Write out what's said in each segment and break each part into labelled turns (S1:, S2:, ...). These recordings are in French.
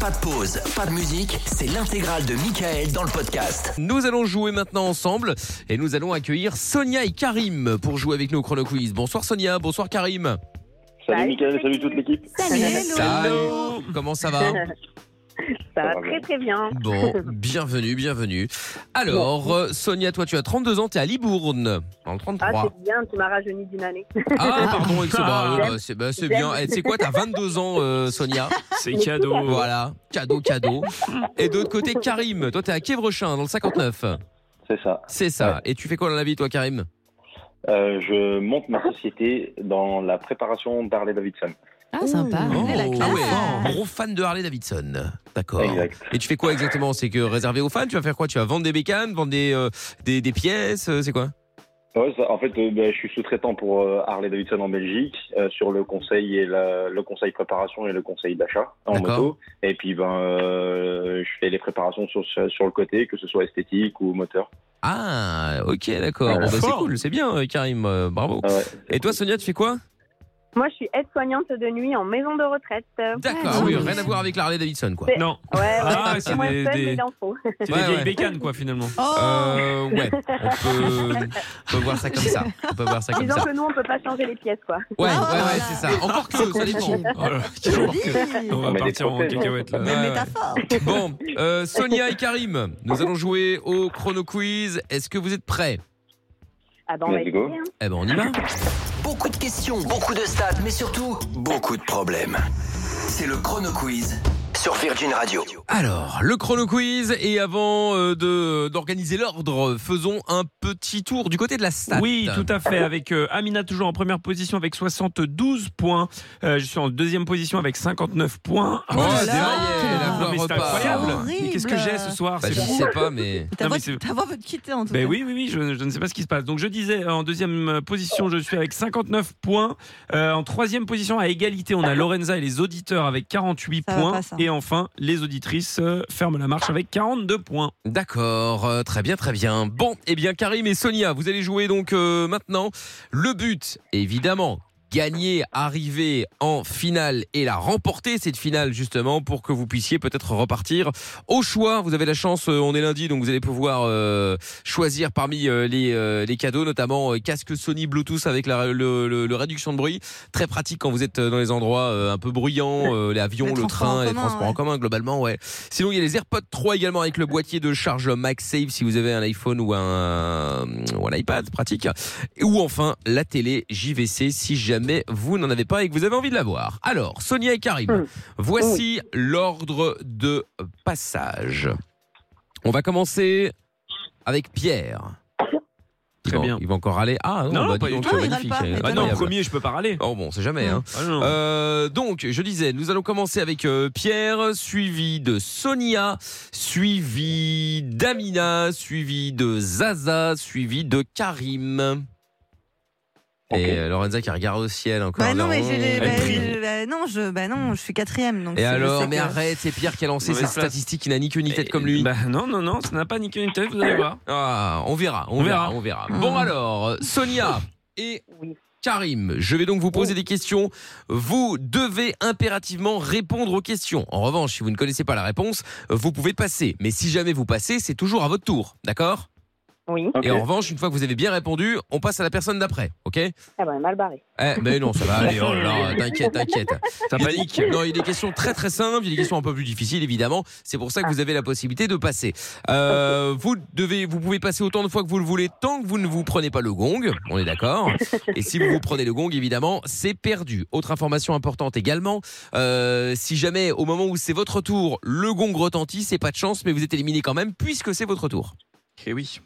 S1: Pas de pause, pas de musique, c'est l'intégrale de Michael dans le podcast.
S2: Nous allons jouer maintenant ensemble et nous allons accueillir Sonia et Karim pour jouer avec nous au Chrono Quiz. Bonsoir Sonia, bonsoir Karim.
S3: Salut
S4: Salut,
S3: Mickaël, salut
S4: Sophie.
S3: toute l'équipe.
S2: Salut. Comment ça va
S4: Ça va
S3: Ça va bien.
S4: très très bien.
S2: Bon, bienvenue, bienvenue. Alors, euh, Sonia, toi tu as 32 ans, tu es à Libourne, dans le
S4: Ah,
S2: 33.
S4: c'est bien, tu m'as rajeuni d'une année.
S2: Ah, pardon, ex- bah,
S4: J'aime.
S2: euh, c'est bah, c'est bien.
S4: J'aime.
S2: Eh, tu sais quoi, t'as 22 ans euh, Sonia.
S5: C'est
S4: Mais tout
S5: cadeau.
S4: à fait.
S2: Voilà, cadeau, cadeau. Et de l'autre côté, Karim, toi t'es à Quévrechin, dans le 59.
S3: C'est ça.
S2: C'est ça. Et tu fais quoi dans la vie toi Karim
S3: Euh, je monte ma société dans la préparation d'Harley Davidson.
S6: Ah, sympa.
S2: Ah ouais, gros fan de Harley Davidson. D'accord.
S3: Exact.
S2: Et tu fais quoi exactement C'est que réservé aux fans Tu vas faire quoi Tu vas vendre des bécanes, vendre des, euh, des, des pièces euh, C'est quoi
S3: Ouais, ça- en fait, euh, ben, je suis sous-traitant pour euh, Harley Davidson en Belgique euh, sur le conseil et la- le conseil préparation et le conseil d'achat en
S2: D'accord.
S3: moto. Et puis, ben, euh, je fais les préparations sur, sur le côté, que ce soit esthétique ou moteur.
S2: Ah, ok, d'accord.
S3: Voilà.
S2: Bon, bah, c'est
S5: Fort.
S2: cool, c'est bien, euh, Karim. euh, bravo.
S3: Ah ouais.
S2: Et toi, Sonia, tu fais quoi
S4: Moi, je suis aide-soignante de nuit en maison de retraite.
S2: D'accord,
S6: Ah,
S2: oui,
S6: oui.
S2: rien à voir avec la Harley Davidson, quoi.
S4: C'est-
S5: Non,
S4: Ouais, ouais,
S5: Ah,
S4: c'est
S5: c'est
S4: moins
S5: des-
S4: fun,
S5: des-
S4: mais il en faut.
S5: c'est
S2: Ouais,
S5: des vieilles
S2: ouais.
S5: bécanes, quoi, finalement.
S6: Oh
S2: Euh, ouais, on peut, on peut voir ça comme ça. On peut voir ça comme
S4: Disons
S2: ça.
S4: que nous, on peut pas changer les pièces, quoi.
S2: Ouais, ouais,
S6: Ah,
S2: ouais,
S6: voilà.
S2: c'est ça. Encore que, ça dépend.
S5: Oh là,
S6: Joli.
S5: on
S3: On
S5: va
S3: met des
S5: partir en
S3: prothèses.
S5: cacahuète, là.
S2: Ouais,
S6: Belle
S2: ouais.
S6: métaphore.
S2: Bon, euh, Sonia et Karim, nous allons jouer au chrono quiz. Est-ce que vous êtes prêts
S4: Ah, ben, on va
S3: Let's go.
S4: essayer, hein.
S2: Eh ben, on y va.
S1: Beaucoup de questions, beaucoup de stats, mais surtout beaucoup de problèmes. C'est le Chrono Quiz sur Virgin Radio.
S2: Alors, le chrono quiz et avant euh, de d'organiser l'ordre, faisons un petit tour du côté de la stat.
S5: Oui, tout à fait. Avec euh, Amina toujours en première position avec 72 points. Euh, je suis en deuxième position avec 59 points.
S2: Oh là
S5: c'est
S2: là,
S5: vrai.
S2: quelle
S5: Non, mais c'est
S2: affaire repas.
S5: incroyable.
S6: C'est
S5: Mais qu'est-ce que j'ai
S6: horrible.
S5: ce soir
S2: Bah,
S5: C'est
S2: je
S5: fou.
S2: sais pas, mais
S6: Ta
S5: Non,
S6: voix,
S5: mais c'est-
S6: ta voix veut te quitter en tout
S5: Ben
S6: cas.
S5: oui, oui, oui, je, je ne sais pas ce qui se passe. Donc je disais, euh, en deuxième position, je suis avec 59 points. Euh, en troisième position, à égalité, on a Lorenza et les auditeurs avec 48
S6: Ça va
S5: points.
S6: pas, ça.
S5: et enfin, les auditrices euh, ferment la marche avec 42 points.
S2: d'accord, euh, très bien, très bien. Bon, eh bien Karim et Sonia, vous allez jouer donc euh, maintenant. Le but, évidemment, gagner, arriver en finale et la remporter cette finale justement pour que vous puissiez peut-être repartir au choix. Vous avez la chance, euh, on est lundi, donc vous allez pouvoir euh, choisir parmi euh, les, euh, les cadeaux, notamment euh, casque Sony Bluetooth avec la le, le- le réduction de bruit. Très pratique quand vous êtes euh, dans les endroits euh, un peu bruyants, euh, l'avion,
S6: Les
S2: le,
S6: transports en
S2: train, et les
S6: commun,
S2: transports en
S6: ouais.
S2: commun globalement, ouais. Sinon, il y a les AirPods 3 également avec le boîtier de charge MagSafe si vous avez un iPhone ou un, ou un iPad, pratique. Ou enfin, la télé JVC si jamais vous n'en avez pas et que vous avez envie de la voir. Alors, Sonia et Karim,
S4: Mm.
S2: voici l'ordre de passage. On va commencer avec Pierre.
S5: Très
S2: Il va-
S5: bien.
S2: Il va encore aller. Ah non,
S5: Non,
S2: bah,
S5: pas
S2: dis
S5: du
S2: donc,
S6: tout. Ah, il
S2: magnifique.
S6: râle pas, mais
S5: Ah
S6: Étonnant.
S5: non,
S2: Incroyable.
S5: premier, je peux parler.
S2: Oh bon, c'est jamais.
S6: Mm.
S2: Hein.
S5: Ah non.
S2: Euh, donc, je disais, nous allons commencer avec euh, Pierre, suivi de Sonia, suivi d'Amina, suivi de Zaza, suivi de Karim.
S3: Ok.
S2: Et euh, Lorenza qui regarde au ciel encore.
S6: Bah non,
S2: là,
S6: mais
S2: on-
S6: j'ai les-
S5: Elle
S6: bah,
S5: brille.
S6: je- bah non, je, bah non, je suis quatrième. Donc
S2: Et
S6: c'est- je
S2: alors,
S6: sais
S2: mais
S6: que-
S2: arrête, c'est Pierre qui a lancé
S5: Mauvaise
S2: cette
S5: place.
S2: statistique qui n'a ni queue ni tête comme lui.
S5: Bah, non, non, non, ça n'a pas ni queue ni tête, vous allez voir.
S2: Ah, on verra, on,
S5: On
S2: verra,
S5: verra.
S2: on verra.
S6: Mm.
S2: Bon alors, euh, Sonia et
S4: Oui.
S2: Karim, je vais donc vous poser des questions. Vous devez impérativement répondre aux questions. En revanche, si vous ne connaissez pas la réponse, euh, vous pouvez passer. Mais si jamais vous passez, c'est toujours à votre tour, d'accord
S4: Oui,
S3: Ok.
S2: Et en revanche, une fois que vous avez bien répondu, on passe à la personne d'après, ok Eh
S4: ah ben, mal barré.
S2: ben non, ça va aller, oh là là, t'inquiète, t'inquiète. Il
S5: Ça
S2: y a- Non, il y a des questions très très simples, il y a des questions un peu plus difficiles évidemment. C'est pour ça que vous avez la possibilité de passer. Euh, vous devez, vous pouvez passer autant de fois que vous le voulez, tant que vous ne vous prenez pas le gong. On est d'accord. Et si vous vous prenez le gong, évidemment, c'est perdu. Autre information importante également. euh, si jamais au moment où c'est votre tour, le gong retentit, c'est pas de chance, mais vous êtes éliminé quand même puisque c'est votre tour.
S5: Et oui.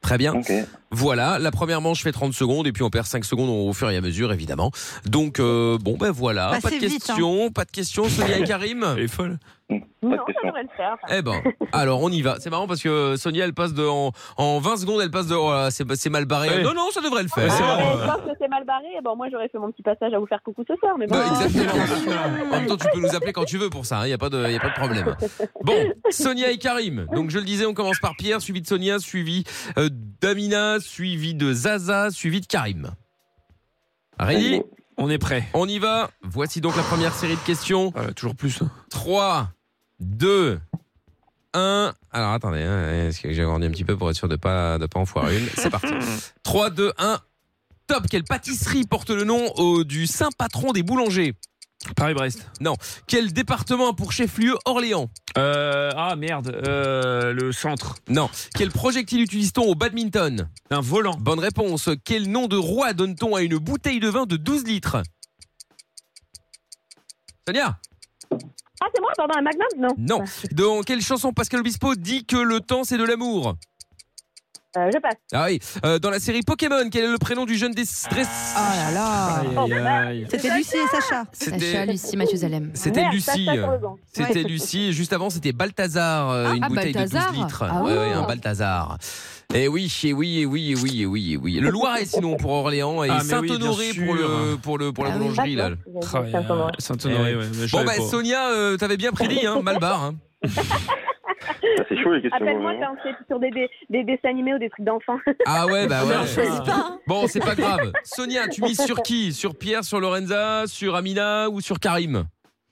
S2: Très bien.
S3: Ok.
S2: Voilà, la première manche fait 30 secondes et puis on perd 5 secondes au fur et à mesure évidemment. Donc euh, bon ben voilà,
S6: Passez
S2: pas de
S6: vite,
S2: questions, pas de questions Sonia et Karim.
S5: Elle est folle.
S3: de
S4: Non, ça
S3: question.
S4: devrait le faire.
S2: Eh ben, alors on y va. C'est marrant parce que Sonia elle passe de en, en 20 secondes, elle passe de oh là, c'est c'est mal barré.
S5: Ouais.
S2: Non non, ça devrait le faire.
S5: Ouais, c'est
S4: Ah,
S5: bon,
S4: mais je pense que c'est mal barré. Bon, moi, j'aurais fait mon petit passage à vous faire coucou ce soir,
S6: Oh,
S4: mais bon.
S2: Bah, exactement. En même temps, tu peux nous appeler quand tu veux pour ça, il n'y a, pas de- y a pas de problème. Bon, Sonia et Karim. Donc, je le disais, on commence par Pierre, suivi de Sonia, suivi euh, d'Amina, suivi de Zaza, suivi de Karim. Ready
S5: On est prêt.
S2: On y va. Voici donc la première série de questions.
S5: Voilà, toujours plus.
S2: 3, 2, 1. Alors attendez, hein, est-ce que j'ai agrandi un petit peu pour être sûr de pas de pas en foirer une C'est parti. 3, 2, 1. Top, quelle pâtisserie porte le nom euh, du saint patron des boulangers
S5: Paris-Brest.
S2: Quel département a pour chef-lieu Orléans
S5: Euh, ah merde, euh, le centre.
S2: Non. Quel projectile utilise-t-on au badminton
S5: Un volant.
S2: Bonne réponse. Quel nom de roi donne-t-on à une bouteille de vin de 12 litres Sonia
S4: Ah, c'est moi, pardon, un magnum Non.
S2: Non. Dans quelle chanson Pascal Obispo dit que le temps c'est de l'amour
S4: Euh, je passe.
S2: Ah oui. Euh, dans la série Pokémon, quel est le prénom du jeune des stress
S7: Oh là là
S5: Aïe, aïe, aïe.
S6: C'était Lucie et Sacha.
S7: Sacha,
S2: C'était
S7: Lucie, Mathusalem.
S2: c'était
S4: Merde,
S2: Lucie.
S4: passe, passe, heureusement.
S2: C'était
S6: Ouais.
S2: Lucie. Juste avant, c'était Balthazar, euh, une
S7: ah,
S2: bouteille
S7: Balthazar.
S2: de 12 litres.
S7: Ah
S2: Ouais,
S7: oui.
S2: ouais, un Balthazar. Et oui, et oui, et oui, et oui, et oui, et oui. Le Loiret, sinon, pour Orléans, et
S5: Ah, mais oui,
S2: Saint-Honoré
S5: bien
S2: pour, le,
S5: sûr.
S2: pour, le, pour la
S7: Ah oui.
S2: boulangerie, là.
S4: J'avais dit ça pendant-
S5: Saint-Honoré, ouais. euh, mais je
S2: Bon, bah,
S5: savais pas.
S2: Sonia, euh, t'avais bien prédit, hein, Malbar. hein.
S3: Ça, c'est chaud les questions.
S4: Appelle-moi
S3: hein.
S4: quand c'est sur des, des, des dessins animés ou des trucs d'enfants.
S2: Ah ouais, bah
S6: On
S2: ouais.
S6: choisit pas. hein.
S2: Bon, c'est pas grave. Sonia, tu mises sur qui Sur Pierre, sur Lorenza, sur Amina ou sur Karim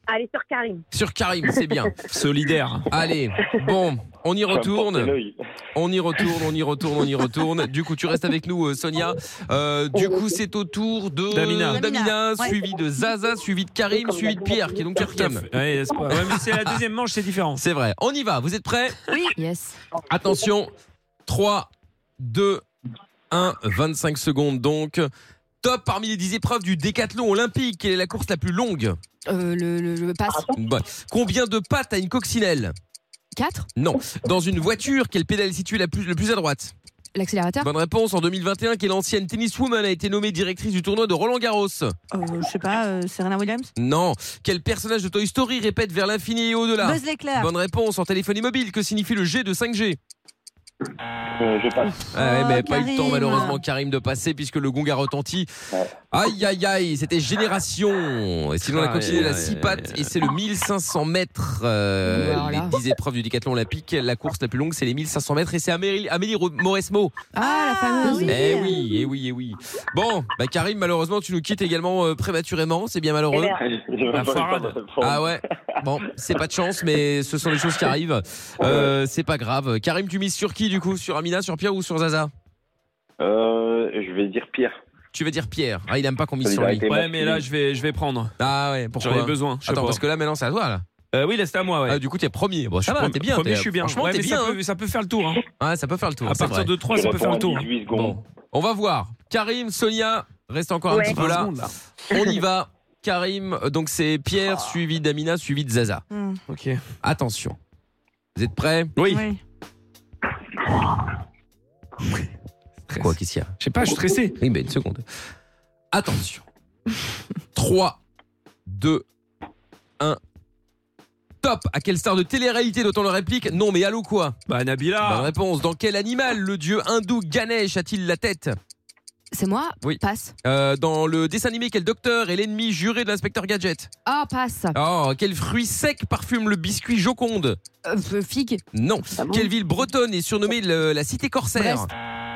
S4: Allez, sur Karim.
S2: Sur Karim, c'est bien.
S5: Solidaire.
S2: Allez, bon, on y
S3: Ça va me porter
S2: retourne.
S3: l'œil.
S2: On y retourne, on y retourne, on y retourne. Du coup, tu restes avec nous, euh, Sonia. Euh, du coup, c'est au tour de
S5: Damina.
S2: Damina,
S6: Ouais.
S2: suivi de Zaza, suivi de Karim, suivi de Pierre, qui est donc quatrième.
S5: Ouais, n'est-ce pas Ouais, mais c'est la deuxième manche, c'est différent.
S2: C'est vrai. On y va, vous êtes prêts
S7: Yes.
S2: Attention, 3, 2, 1, 25 secondes donc. Top parmi les 10 épreuves du décathlon olympique. Quelle est la course la plus longue
S7: Euh, le, le, le passe
S2: Bah, Combien de pattes a une coccinelle
S7: 4,
S2: Non. Dans une voiture, quelle pédale est située la plus, le plus à droite
S7: l'accélérateur.
S2: Bonne réponse. En 2021, quelle ancienne tenniswoman a été nommée directrice du tournoi de Roland Garros
S6: Euh, je sais pas, euh, Serena Williams.
S2: Non. Quel personnage de Toy Story répète vers l'infini et au-delà
S6: Buzz l'éclair.
S2: Bonne réponse. En téléphonie mobile, que signifie le G de 5G
S3: Euh, je passe.
S2: Ah ouais,
S6: Oh,
S2: mais pas eu le temps
S6: Karim.
S2: malheureusement Karim de passer puisque le gong a retenti.
S3: Ouais.
S2: Aïe aïe aïe, c'était Génération. Et sinon on a
S5: Aïe,
S2: continué la
S5: aïe,
S2: 6
S5: aïe,
S2: pattes
S5: aïe.
S2: et c'est le 1500 mètres. euh,
S7: Voilà.
S2: Les 10 épreuves du décathlon olympique. La course la plus longue c'est les 1500 mètres et c'est Amélie, Amélie Ro- Mauresmo.
S7: Ah, la fameuse.
S6: Oui.
S2: Eh oui, eh oui, eh oui. Bon, bah Karim malheureusement tu nous quittes également euh, prématurément, c'est bien
S4: Eh
S2: malheureux.
S4: merde.
S3: J'ai même pas
S5: farade.
S3: eu le temps de répondre.
S2: Ah ouais, bon, c'est pas de chance, mais ce sont les choses qui arrivent. Euh, c'est pas grave. Karim, tu mises sur qui du coup Sur Amina, sur Pierre ou sur Zaza
S3: Euh, je vais dire Pierre.
S2: Tu veux dire Pierre Ah, il aime pas qu'on mise sur lui.
S3: Solidarité
S5: Ouais, mais là,
S3: masculine.
S5: je vais, je vais prendre.
S2: Ah ouais, pourquoi
S5: J'en ai besoin. je sais
S2: Attends,
S5: pas.
S2: parce que là maintenant c'est à toi là.
S5: Euh, oui, là, c'était à moi, ouais.
S2: Ah, du coup t'es premier. Bon, ça
S5: Je
S2: va,
S5: suis
S2: t'es bien.
S5: Premier,
S2: t'es-
S5: je suis bien.
S2: Franchement,
S5: Ouais,
S2: t'es
S5: mais
S2: bien.
S5: Ça,
S2: hein.
S5: peut, ça peut faire le tour. hein.
S2: Ouais, ça peut faire le tour.
S5: à
S2: c'est
S5: partir
S2: vrai.
S5: de 3, ça peut faire le tour. hein.
S3: 18 secondes.
S2: Bon, on va voir. Karim, Sonia, reste encore un
S4: Ouais.
S2: petit peu
S5: 20
S2: là.
S5: secondes, là.
S2: On y va. Karim, euh, donc c'est Pierre suivi d'Amina suivi de Zaza.
S6: Hmm,
S5: Ok.
S2: Attention. Vous êtes prêts
S5: Oui.
S6: oui.
S2: Quoi qu'est-ce qu'il y a
S5: Je sais pas, je suis stressé.
S2: Oui, mais une seconde. Attention. 3, 2, 1. Top À quelle star de télé-réalité doit-on la réplique Non, mais allô quoi
S5: Bah,
S2: Bonne
S5: Nabila.
S2: réponse. Dans quel animal le dieu hindou Ganesh a-t-il la tête
S7: C'est moi
S2: Oui.
S7: Passe.
S2: Euh, Dans le dessin animé, quel docteur est l'ennemi juré de l'inspecteur Gadget
S7: Ah, passe.
S2: Oh, quel fruit sec parfume le biscuit Joconde
S7: Euh, f- figue.
S2: Non.
S4: Ah bon
S2: Quelle ville bretonne est surnommée le- la cité corsaire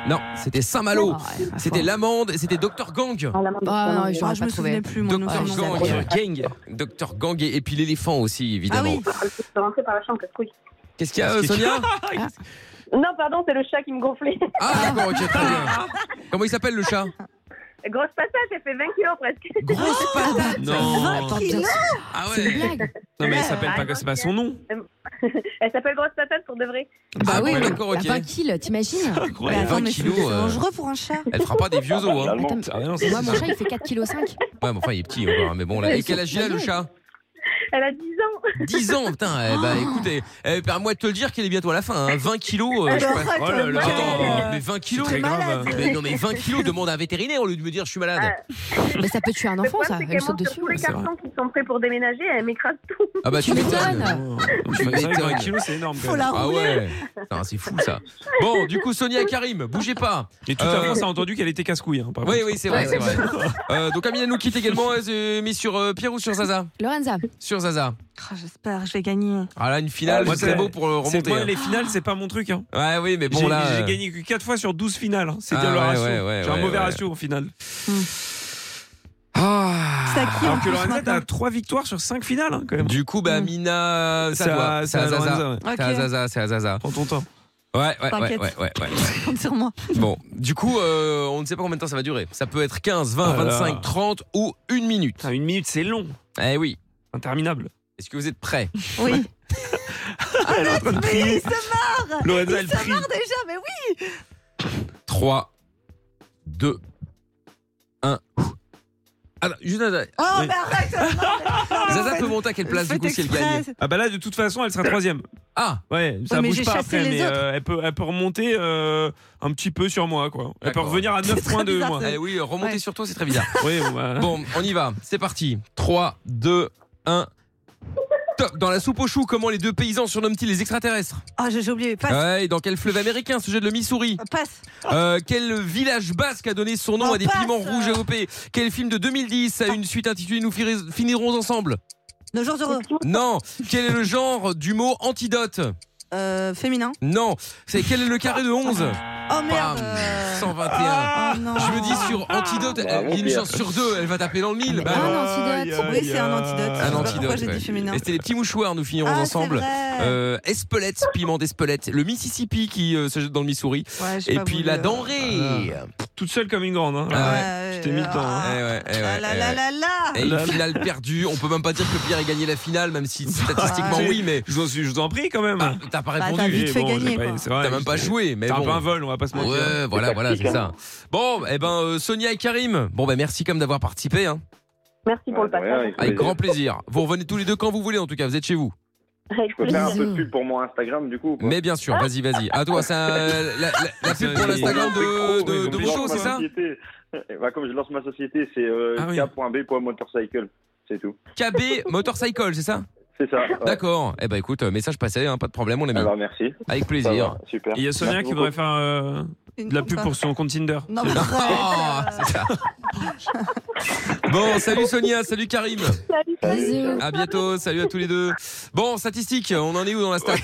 S2: Non, c'était Saint-Malo.
S7: Ah ouais, ma
S2: C'était
S7: foi.
S2: l'amende et c'était Docteur Gang.
S4: Ah, la main de-
S7: Ah, non,
S4: mais-
S7: je-
S6: Ah,
S7: J'aurais
S6: je
S7: pas
S6: me
S7: trouvé.
S6: souvenais plus, moi, non
S2: Docteur
S6: plus.
S2: Jean,
S6: non.
S2: ouais.
S5: Gang. Gang.
S2: Docteur Gang et, et puis l'éléphant aussi,
S6: Ah
S2: évidemment.
S6: oui,
S4: Je peux rentrer par la chambre, casse-couille.
S2: Qu'est-ce qu'il y a, euh, Sonia
S7: Ah.
S4: Non, pardon, c'est le chat qui me gonflait.
S2: Ah, d'accord, ok, très bien. Comment il s'appelle le chat
S4: Grosse passage, j'ai fait 20 kilos presque.
S2: Grosse
S7: Ah,
S2: patate
S5: Non.
S7: Attends, bien sûr.
S2: Ah
S7: bah, C'est
S2: ouais
S7: une blague.
S5: Non, mais elle s'appelle pas, c'est pas son nom.
S4: Elle s'appelle Grosse patate pour de vrai.
S2: Ah
S7: Bah oui,
S2: ouais,
S7: mais
S2: d'accord, ok.
S7: la 20 kills, t'imagines
S6: Mais
S5: Incroyable.
S6: Bah, attends,
S2: 20
S6: mais c'est
S2: kilos,
S6: c'est
S2: euh.
S6: dangereux pour un chat.
S2: Elle fera pas des vieux os, hein.
S3: Finalement.
S7: Attends,
S5: Ah, non, c'est-
S7: Moi, mon chat, il fait 4,5 kg.
S2: Ouais, mais enfin, il est petit encore, hein, mais bon, là.
S7: Ouais,
S2: Et quel âge il a, le
S7: c'est
S2: chat
S4: Elle a 10 ans.
S2: 10 ans, putain. Eh,
S7: Ah.
S2: bah, écoutez, eh, permets-moi de te le dire qu'elle est bientôt à la fin. hein. 20 kilos, euh, je sais pas.
S5: oh
S7: Ah
S5: là
S7: bah,
S5: là.
S2: Attends,
S5: Attends,
S2: mais 20 kilos
S5: très grave.
S2: mais non mais 20 kilos demande à un vétérinaire au lieu de me dire je suis
S7: Ah.
S2: malade.
S7: Mais ça peut tuer un
S4: Le
S7: enfant, ça.
S4: problème, c'est
S7: Elle
S4: qu'elle
S7: saute
S4: monte sur
S7: dessus.
S4: tous les
S5: ouais, c'est
S4: cartons qui sont prêts pour déménager, elle m'écrase tout.
S2: Ah bah
S7: Tu m'étonnes.
S5: C'est vrai que 20 kilos, c'est énorme.
S6: Faut
S5: Quand même.
S6: la
S2: Ah
S6: rouler.
S2: ouais. Putain, c'est fou ça. Bon, du coup Sonia Karim, bougez pas.
S5: Et tout
S2: Euh,
S5: à France a entendu qu'elle était casse-couille. Hein, par
S2: Oui
S5: contre.
S2: oui, c'est vrai, c'est vrai. Euh, donc Amina nous quitte également euh, mais sur euh, Pierre ou sur Zaza
S7: Lorenza,
S2: Sur Zaza.
S6: Oh, J'espère, je vais gagner.
S2: Ah là une finale,
S5: Moi,
S2: c'est
S5: c'est-
S2: beau pour euh,
S5: C'est
S2: remonter.
S5: moi,
S2: hein.
S5: les finales, c'est pas mon truc. Hein.
S2: Ouais oui, mais bon
S5: j'ai,
S2: là
S5: j'ai
S2: euh,
S5: gagné que 4 fois sur 12 finales. hein. C'est
S2: Ah,
S5: bien le
S2: ouais,
S5: ratio.
S2: ouais, ouais,
S5: j'ai un
S2: ouais,
S5: mauvais
S2: ouais.
S5: ratio au final.
S2: Ah,
S6: Ça qui en
S5: Alors que
S6: plus
S5: Lorenza,
S6: maintenant
S5: t'as 3 victoires sur 5 finales, hein, quand même.
S2: Du coup, bah,
S6: Mm.
S2: Mina, ça
S5: C'est
S2: doit.
S5: à-
S2: C'est
S5: c'est
S2: à
S5: à
S2: Zaza.
S5: Lorenza, ouais.
S2: C'est à
S6: Ok.
S2: Zaza, c'est à Zaza.
S5: Prends ton temps.
S2: Ouais, ouais, ouais,
S6: T'inquiète.
S2: ouais, ouais, ouais.
S6: compte sur moi.
S2: Bon, du coup, euh, on ne sait pas combien de temps ça va durer. Ça peut être 15, 20,
S5: Voilà.
S2: 25, 30 ou une minute.
S5: Putain, une minute, c'est long.
S2: Eh oui.
S5: Interminable.
S2: Est-ce que vous êtes prêts
S6: Oui.
S5: Ah, Elle est en train de
S6: Mais
S5: prier.
S6: il se marre
S5: Lorenza,
S6: Il
S5: elle
S6: se
S5: prie.
S6: marre déjà, mais oui
S2: 3, 2, 1. Attends, Ah juste Zaza.
S6: Oh,
S5: Oui.
S6: mais arrête non, mais- non, mais
S2: Zaza
S6: faites-
S2: peut monter à quelle place du
S6: faites
S2: coup si elle
S6: exprès.
S2: gagne
S5: Ah bah là, de toute façon, elle sera troisième.
S2: Ah
S5: Ouais, ça
S6: Ouais, mais
S5: bouge
S6: j'ai
S5: pas
S6: chassé
S5: après,
S6: les
S5: mais
S6: autres.
S5: euh, elle, peut, elle peut remonter euh, un petit peu sur moi, quoi. Elle peut
S2: D'accord.
S5: revenir à 9
S6: C'est
S5: points
S6: très
S5: de
S6: bizarre,
S5: moi.
S6: ça.
S2: Eh oui, remonter
S6: Ouais.
S2: sur toi, c'est très bizarre.
S5: Oui, bon, bah,
S2: Bon, on y va. C'est parti. 3, 2, 1. Top. Dans la soupe aux choux, comment les deux paysans surnomment-ils les extraterrestres
S6: Ah, j'ai j'ai oublié. Passe.
S2: Ouais, et dans quel fleuve américain, sujet de le Missouri
S6: Passe.
S2: Euh, quel village basque a donné son nom
S6: Oh,
S2: à des
S6: passe.
S2: piments rouges AOP Quel film de 2010 a une suite intitulée Nous firis- finirons ensemble
S6: Nos jours heureux.
S5: Oh.
S2: Non. Quel est le genre du mot antidote
S6: Euh, féminin.
S2: Non. C'est quel est le carré de 11
S6: Oh merde. euh,
S2: 121.
S6: Oh non.
S2: Je me dis sur
S6: Ah,
S2: antidote,
S6: bah,
S3: Bravo,
S2: il y a une
S3: Pierre.
S2: chance sur deux, elle va taper dans le mille. Bah,
S7: Ah,
S2: non.
S7: non, antidote.
S6: Oui, c'est un antidote.
S2: euh, Un
S6: Je sais pas
S2: antidote,
S6: Pourquoi j'ai
S2: ouais.
S6: dit féminin
S2: Et c'était les petits mouchoirs, nous finirons
S6: Ah, c'est
S2: ensemble.
S6: vrai.
S2: Euh, Espelette, piment d'Espelette, le Mississippi qui euh, se jette dans le Missouri,
S6: Ouais, j'ai
S2: et
S6: pas
S2: puis
S6: voulu,
S2: la
S6: euh,
S2: denrée.
S5: Toute seule comme une grande. Hein.
S2: Ah ouais.
S6: euh,
S5: Tu t'es mis le Ah, temps, hein.
S2: Eh ouais, eh ouais,
S6: Ah
S2: eh
S6: là
S2: ouais.
S6: là là là
S2: Et une finale perdue. On peut même pas dire que Pierre ait gagné la finale, même si statistiquement
S6: Ah,
S2: oui, mais
S5: Je vous en suis- je vous en prie quand même.
S2: Ah, t'as pas
S6: Bah,
S2: répondu.
S6: vite
S5: Oui,
S6: fait
S5: j'ai
S6: gagner,
S5: pas-
S6: quoi.
S5: c'est vrai,
S2: T'as même pas
S5: j'ai-
S2: joué, mais
S5: T'as un peu un
S2: bon.
S5: vol, on va pas se mentir.
S2: Ouais, voilà, voilà, c'est ça. Bon, eh ben, euh, Sonia et Karim, bon, ben, merci quand même d'avoir participé, hein.
S4: Merci pour
S3: Ouais,
S4: le
S3: de rien,
S4: passage.
S3: il faut
S2: Avec
S3: plaisir.
S2: grand plaisir. Vous revenez tous les deux quand vous voulez, en tout cas, vous êtes chez vous.
S4: Avec
S3: Je peux faire un
S4: plaisir.
S3: peu de pub pour mon Instagram, du coup. ou pas
S2: Mais bien sûr, vas-y, vas-y. À toi, ça, la, la, la pub Ah. pour
S5: C'est-
S2: l'Instagram de, de, de
S5: Oui,
S3: Comme je
S2: Bouchot,
S3: lance
S2: c'est
S3: ma
S2: ça
S3: société- Eh ben, Comme je lance ma société, c'est euh,
S2: Ah oui.
S3: k.b.motorcycle. C'est tout.
S2: KB Motorcycle, c'est ça
S3: C'est ça. ouais.
S2: D'accord. Eh ben, écoute, euh, message passé, hein, pas de problème, on est
S3: Ah
S2: bien.
S3: bah, merci.
S2: Avec
S3: Ça
S2: plaisir.
S3: va, Super.
S5: Et Il y a Sonia
S3: Merci
S5: qui
S3: beaucoup.
S5: voudrait faire euh,
S6: Une
S5: de la
S6: con,
S5: pub
S6: ça.
S5: pour son compte Tinder.
S6: Non, mais
S5: C'est-
S2: Ah,
S6: arrête, euh,
S2: Oh, c'est ça. Bon, salut Sonia, salut Karim.
S4: Salut, salut.
S7: Bisous.
S2: À bientôt, salut à tous les deux. Bon, statistique, on en est où dans la stat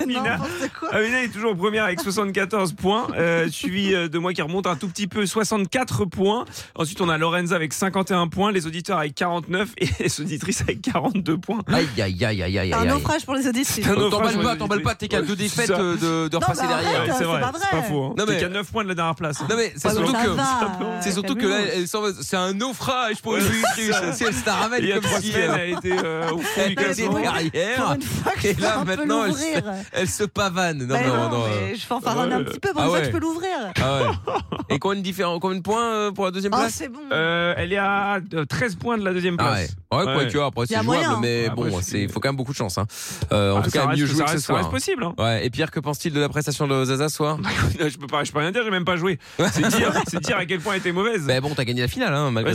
S5: Amina.
S6: n'importe quoi.
S5: Amina est toujours première avec 74 points, euh, suivi euh, de moi qui remonte un tout petit peu, 64 points. Ensuite, on a Lorenza avec 51 points, les auditeurs avec 49 et les auditrices avec 42 points.
S2: Aïe, aïe, aïe, aïe, aïe,
S6: C'est un
S2: aïe.
S6: naufrage pour les auditrices.
S5: C'est un
S2: Oh,
S5: naufrage,
S2: T'emballes pas,
S5: ouais,
S2: t'emballes pas, t'es qu'à
S5: ouais,
S2: deux
S5: c'est
S2: défaites
S5: ça.
S2: euh, de, de
S6: Non,
S2: repasser
S6: mais
S2: derrière.
S6: arrête.
S5: c'est
S6: c'est
S5: vrai,
S6: pas
S5: c'est pas
S6: vrai.
S5: faux. Hein.
S2: Non, mais-
S5: T'es qu'à 9 points de la dernière place. hein.
S2: Non mais c'est
S6: Ouais,
S2: surtout
S6: ça
S2: que
S5: Ah,
S6: va,
S2: c'est surtout que là
S6: calmez-vous.
S2: elle s'en va- c'est un naufrage pour
S5: Ouais,
S2: les
S5: c'est ça.
S2: auditrices. Si elle se la ramène
S5: Il y a
S2: comme
S5: trois
S2: si
S5: semaines,
S2: elle,
S5: elle était euh, au fond
S2: elle
S5: du
S6: mais
S2: était
S5: classement.
S6: bon. Pour
S2: derrière,
S6: une fois que
S2: Et
S6: je peux
S2: là,
S6: un peu
S2: maintenant, elle
S6: l'ouvrir.
S2: elle se pavane. Non
S6: Bah
S2: non non. euh,
S6: mais je fanfaronne un
S5: euh,
S6: petit peu, pour
S2: ah
S6: une fois
S2: ouais.
S6: que je peux l'ouvrir.
S2: Ah ouais. Et combien de différents, combien de points euh, pour la deuxième
S6: Oh,
S2: place
S6: c'est bon.
S5: Euh, elle est à euh, 13 points de la deuxième
S2: Ah
S5: place.
S2: ouais. Ouais, quoi
S5: Ouais.
S2: que après
S6: Y a
S2: c'est jouable,
S6: moyen.
S2: mais
S5: Ah,
S2: bon,
S5: bah,
S2: c'est
S5: c'est-
S2: il faut quand même beaucoup de chance. Hein. Euh, en
S5: Ah,
S2: tout
S5: ça
S2: cas,
S5: reste-
S2: mieux joué
S5: ça
S2: que ce
S5: reste- Ça
S2: soir.
S5: reste possible. hein.
S2: Ouais. Et Pierre, que pense-t-il de la prestation de Zaza ce soir
S5: je, peux pas, je peux rien dire, j'ai même pas joué. C'est dire, c'est dire à quel point elle était mauvaise.
S2: Bah bon, t'as gagné la finale, hein, malgré
S5: Ouais,